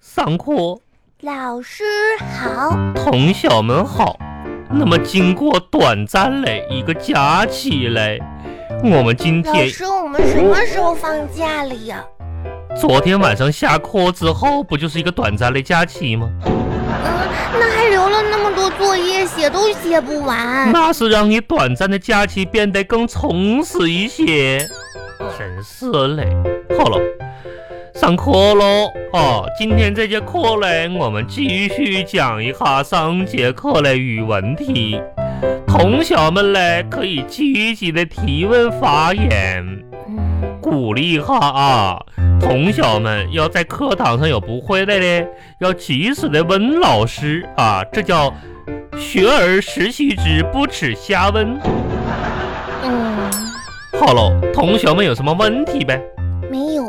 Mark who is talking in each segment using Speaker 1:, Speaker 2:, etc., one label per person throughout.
Speaker 1: 上课，
Speaker 2: 老师好，
Speaker 1: 同学们好。那么，经过短暂的一个假期嘞，我们今
Speaker 2: 老
Speaker 1: 天
Speaker 2: 师，我们什么时候放假了呀？
Speaker 1: 昨天晚上下课之后，不就是一个短暂的假期吗？
Speaker 2: 嗯，那还留了那么多作业，写都写不完。
Speaker 1: 那是让你短暂的假期变得更充实一些。真是嘞，好了，上课喽！哦，今天这节课嘞，我们继续讲一下上节课的语文题。同学们嘞，可以积极的提问发言。
Speaker 2: 嗯
Speaker 1: 鼓励一下啊，同学们要在课堂上有不会的嘞，要及时的问老师啊，这叫学而时习之，不耻下问。
Speaker 2: 嗯，
Speaker 1: 好喽，同学们有什么问题呗？
Speaker 2: 没有。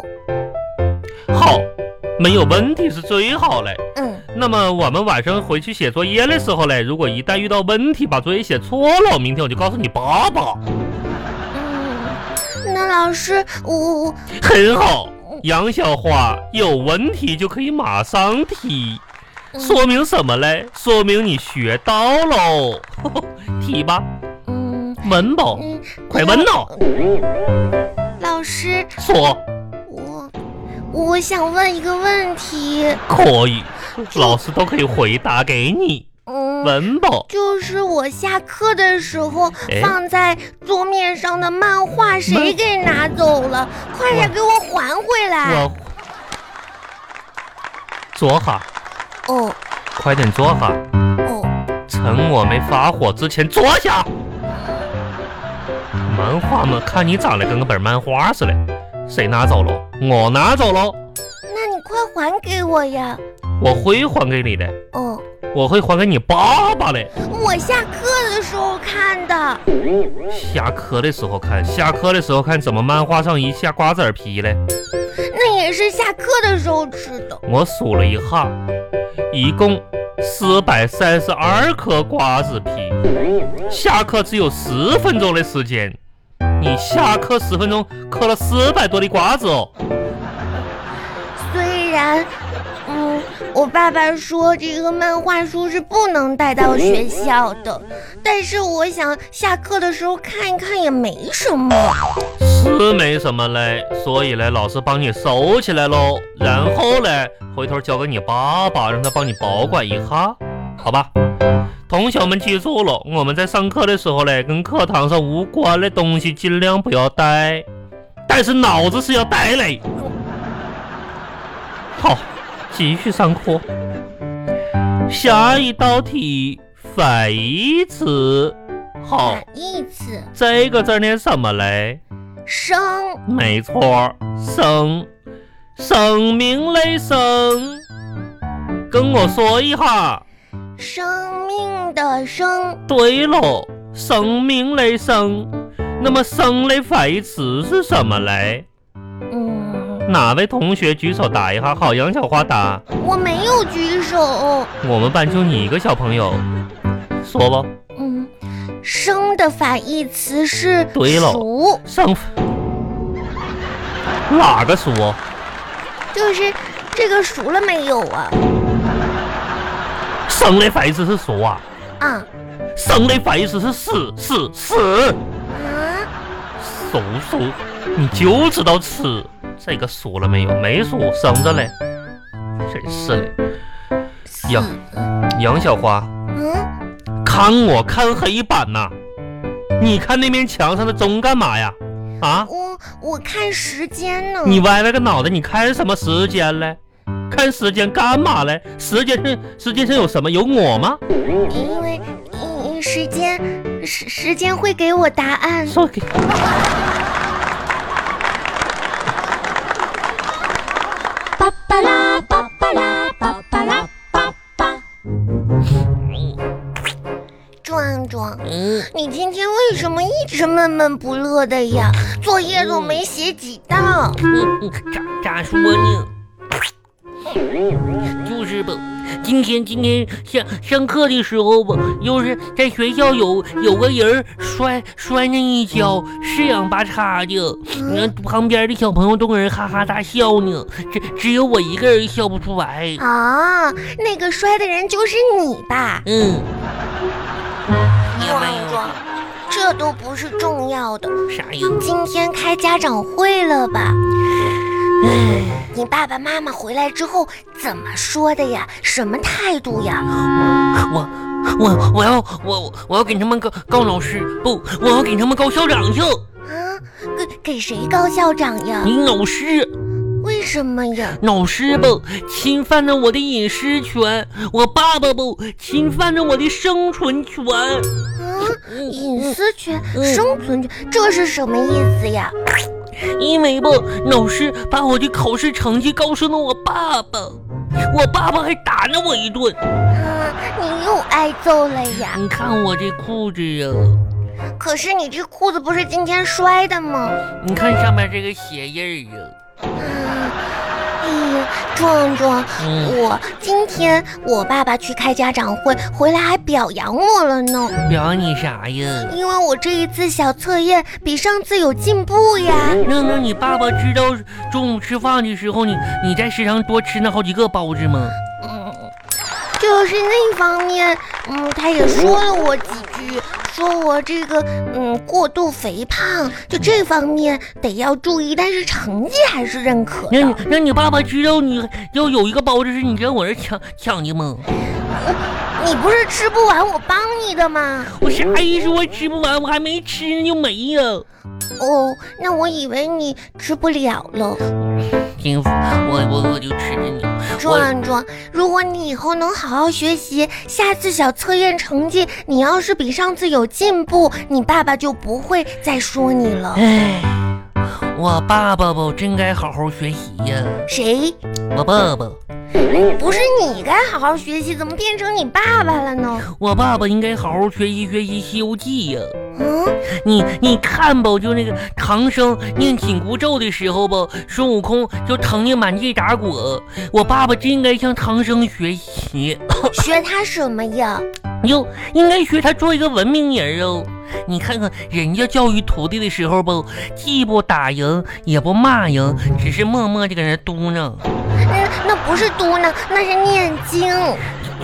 Speaker 1: 好，没有问题是最好嘞。
Speaker 2: 嗯，
Speaker 1: 那么我们晚上回去写作业的时候嘞，如果一旦遇到问题，把作业写错了，明天我就告诉你爸爸。
Speaker 2: 嗯，那老师，我我
Speaker 1: 很好，杨小花有问题就可以马上提。
Speaker 2: 嗯
Speaker 1: 说明什么嘞？说明你学到喽。 提吧，
Speaker 2: 嗯
Speaker 1: 文宝，
Speaker 2: 嗯，
Speaker 1: 快问呐！
Speaker 2: 老师，
Speaker 1: 说
Speaker 2: 我我想问一个问题。
Speaker 1: 可以，老师都可以回答给你。
Speaker 2: 嗯，
Speaker 1: 文宝，
Speaker 2: 就是我下课的时候
Speaker 1: 哎
Speaker 2: 放在桌面上的漫画，谁
Speaker 1: 漫
Speaker 2: 给拿走了？快点给我还回来！
Speaker 1: 我坐下，
Speaker 2: 哦
Speaker 1: 快点坐下，
Speaker 2: 哦，
Speaker 1: 趁我没发火之前坐下。漫画嘛，看你长得跟个本漫画似的，谁拿走了？我拿走了，
Speaker 2: 那你快还给我呀！
Speaker 1: 我会还给你的，
Speaker 2: 哦，
Speaker 1: 我会还给你爸爸的。
Speaker 2: 我下课的时候看的。
Speaker 1: 下课的时候看，下课的时候看怎么漫画上一下瓜子儿皮嘞？
Speaker 2: 那也是下课的时候吃的。
Speaker 1: 我数了一下，一共四百三十二颗瓜子皮。下课只有十分钟的时间，你下课十分钟嗑了四百多的瓜子哦。
Speaker 2: 虽然，嗯，我爸爸说这个漫画书是不能带到学校的，但是我想下课的时候看一看也没什么。
Speaker 1: 是没什么嘞，所以嘞，老师帮你收起来喽。然后嘞，回头交给你爸爸，让他帮你保管一下，好吧？同学们记住了，我们在上课的时候嘞，跟课堂上无关的东西尽量不要带，但是脑子是要带嘞。好，继续上课。下一道题，反义词。好
Speaker 2: 反，义词：
Speaker 1: 这个字儿念什么嘞？
Speaker 2: 生。
Speaker 1: 没错，生，生命的生，跟我说一下。
Speaker 2: 生命的生，
Speaker 1: 对喽，生命的生，那么生的反义词是什么嘞？
Speaker 2: 嗯，
Speaker 1: 哪位同学举手答一下？好，杨小花答。
Speaker 2: 我没有举手。
Speaker 1: 我们班就你一个小朋友，说吧。
Speaker 2: 嗯，生的反义词是
Speaker 1: 对了
Speaker 2: 熟，
Speaker 1: 生，哪个说？
Speaker 2: 就是这个熟了没有啊？
Speaker 1: 生的反义词是熟啊，
Speaker 2: 啊
Speaker 1: 生的反义词是死死死。
Speaker 2: 啊，
Speaker 1: 熟熟，你就知道吃，这个熟了没有？没熟，生着嘞，真是嘞。呀
Speaker 2: 死
Speaker 1: 杨小花，
Speaker 2: 啊嗯，
Speaker 1: 看我看黑板呐、你看那面墙上的钟干嘛呀？啊，
Speaker 2: 我我看时间呢。
Speaker 1: 你歪歪个脑袋，你看什么时间嘞？看时间干嘛嘞？时间是时间上有什么？有我吗？
Speaker 2: 因为因时间时时间会给我答案。
Speaker 1: 说给。
Speaker 3: 巴巴拉巴巴拉巴巴拉巴巴。
Speaker 2: 壮壮，你今天为什么一直闷闷不乐的呀？作业都没写几道。
Speaker 1: 咋咋说呢？
Speaker 3: 就是吧。今天今天上上课的时候吧，要是在学校有有个人儿摔摔那一跤，四仰八叉的，那旁边的小朋友都搁人哈哈大笑呢，只只有我一个人笑不出来。
Speaker 2: 啊，那个摔的人就是你吧？
Speaker 3: 嗯，
Speaker 2: 壮壮，这都不是重要的。
Speaker 3: 啥呀？
Speaker 2: 今天开家长会了吧？唉你爸爸妈妈回来之后怎么说的呀？什么态度呀？
Speaker 3: 我我我要我我要给他们告告老师，不，我要给他们告校长去。
Speaker 2: 啊，给给谁告校长呀？
Speaker 3: 你老师
Speaker 2: 为什么呀？
Speaker 3: 老师吧，侵犯了我的隐私权；我爸爸不侵犯了我的生存权。
Speaker 2: 啊，
Speaker 3: 嗯
Speaker 2: 隐私权、
Speaker 3: 嗯
Speaker 2: 生存权，这是什么意思呀？
Speaker 3: 因为吧，老师把我的考试成绩告诉了我爸爸，我爸爸还打了我一顿。
Speaker 2: 啊，你又挨揍了呀？
Speaker 3: 你看我这裤子啊呀、
Speaker 2: 可是你这裤子不是今天摔的吗？
Speaker 3: 你看上面这个血印儿啊，
Speaker 2: 哎呀，壮壮，
Speaker 3: 嗯，
Speaker 2: 我今天我爸爸去开家长会，回来还表扬我了呢，
Speaker 3: 表扬你啥呀？
Speaker 2: 因为我这一次小测验比上次有进步呀。
Speaker 3: 那那你爸爸知道中午吃饭的时候你你在食堂多吃那好几个包子吗？
Speaker 2: 嗯，就是那方面，嗯，他也说了我几句，说我这个嗯过度肥胖，就这方面得要注意，但是成绩还是认可
Speaker 3: 那你
Speaker 2: 的。
Speaker 3: 那你爸爸知道你要有一个包子是你跟我这抢抢的吗？
Speaker 2: 你不是吃不完我帮你的吗？
Speaker 3: 我啥意思？我吃不完，我还没吃呢就没呀。
Speaker 2: 哦，那我以为你吃不了了。
Speaker 3: 行，我我我就吃着你。我
Speaker 2: 壮壮，如果你以后能好好学习，下次小测验成绩你要是比上次有进步，你爸爸就不会再说你了。
Speaker 3: 唉，我爸爸吧，真该好好学习呀。
Speaker 2: 谁？
Speaker 3: 我爸爸，
Speaker 2: 不是你该好好学习，怎么变成你爸爸了呢？
Speaker 3: 我爸爸应该好好学习学习《西游记》呀。
Speaker 2: 嗯，
Speaker 3: 你你看吧，就那个唐僧念紧箍咒的时候吧，孙悟空就疼得满地打滚。我爸爸真应该向唐僧学习，
Speaker 2: 学他什么呀？
Speaker 3: 就应该学他做一个文明人哦。你看看人家教育徒弟的时候吧，既不打人，也不骂人，只是默默的搁那嘟囔，
Speaker 2: 那那不是嘟囔，那是念经。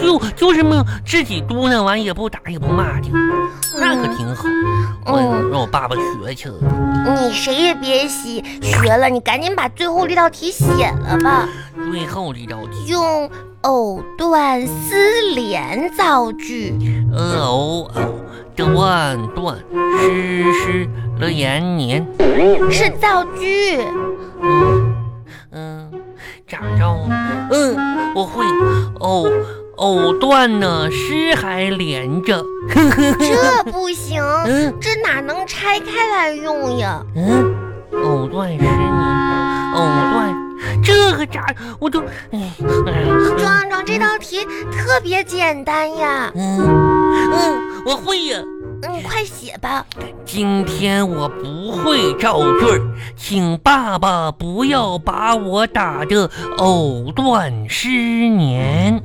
Speaker 3: 就就是没有自己嘟囔完也不打也不骂的，那可挺好。我
Speaker 2: 嗯
Speaker 3: 让我爸爸学去。
Speaker 2: 你谁也别洗学了，你赶紧把最后这道题写了吧。
Speaker 3: 最后这道题，
Speaker 2: 用藕断丝连造句。
Speaker 3: 呃偶偶断断失失了延年，
Speaker 2: 是造句。
Speaker 3: 嗯，咋着？嗯，我会藕藕断呢，丝还连着。
Speaker 2: 这不行，
Speaker 3: 嗯
Speaker 2: 这哪能拆开来用呀？
Speaker 3: 嗯，藕断丝连，藕断，这个咋我都哎哎呀
Speaker 2: 壮壮，这道题特别简单呀，
Speaker 3: 嗯嗯，我会呀、
Speaker 2: 嗯，快写吧。
Speaker 3: 今天我不会造句儿，请爸爸不要把我打得藕断丝连。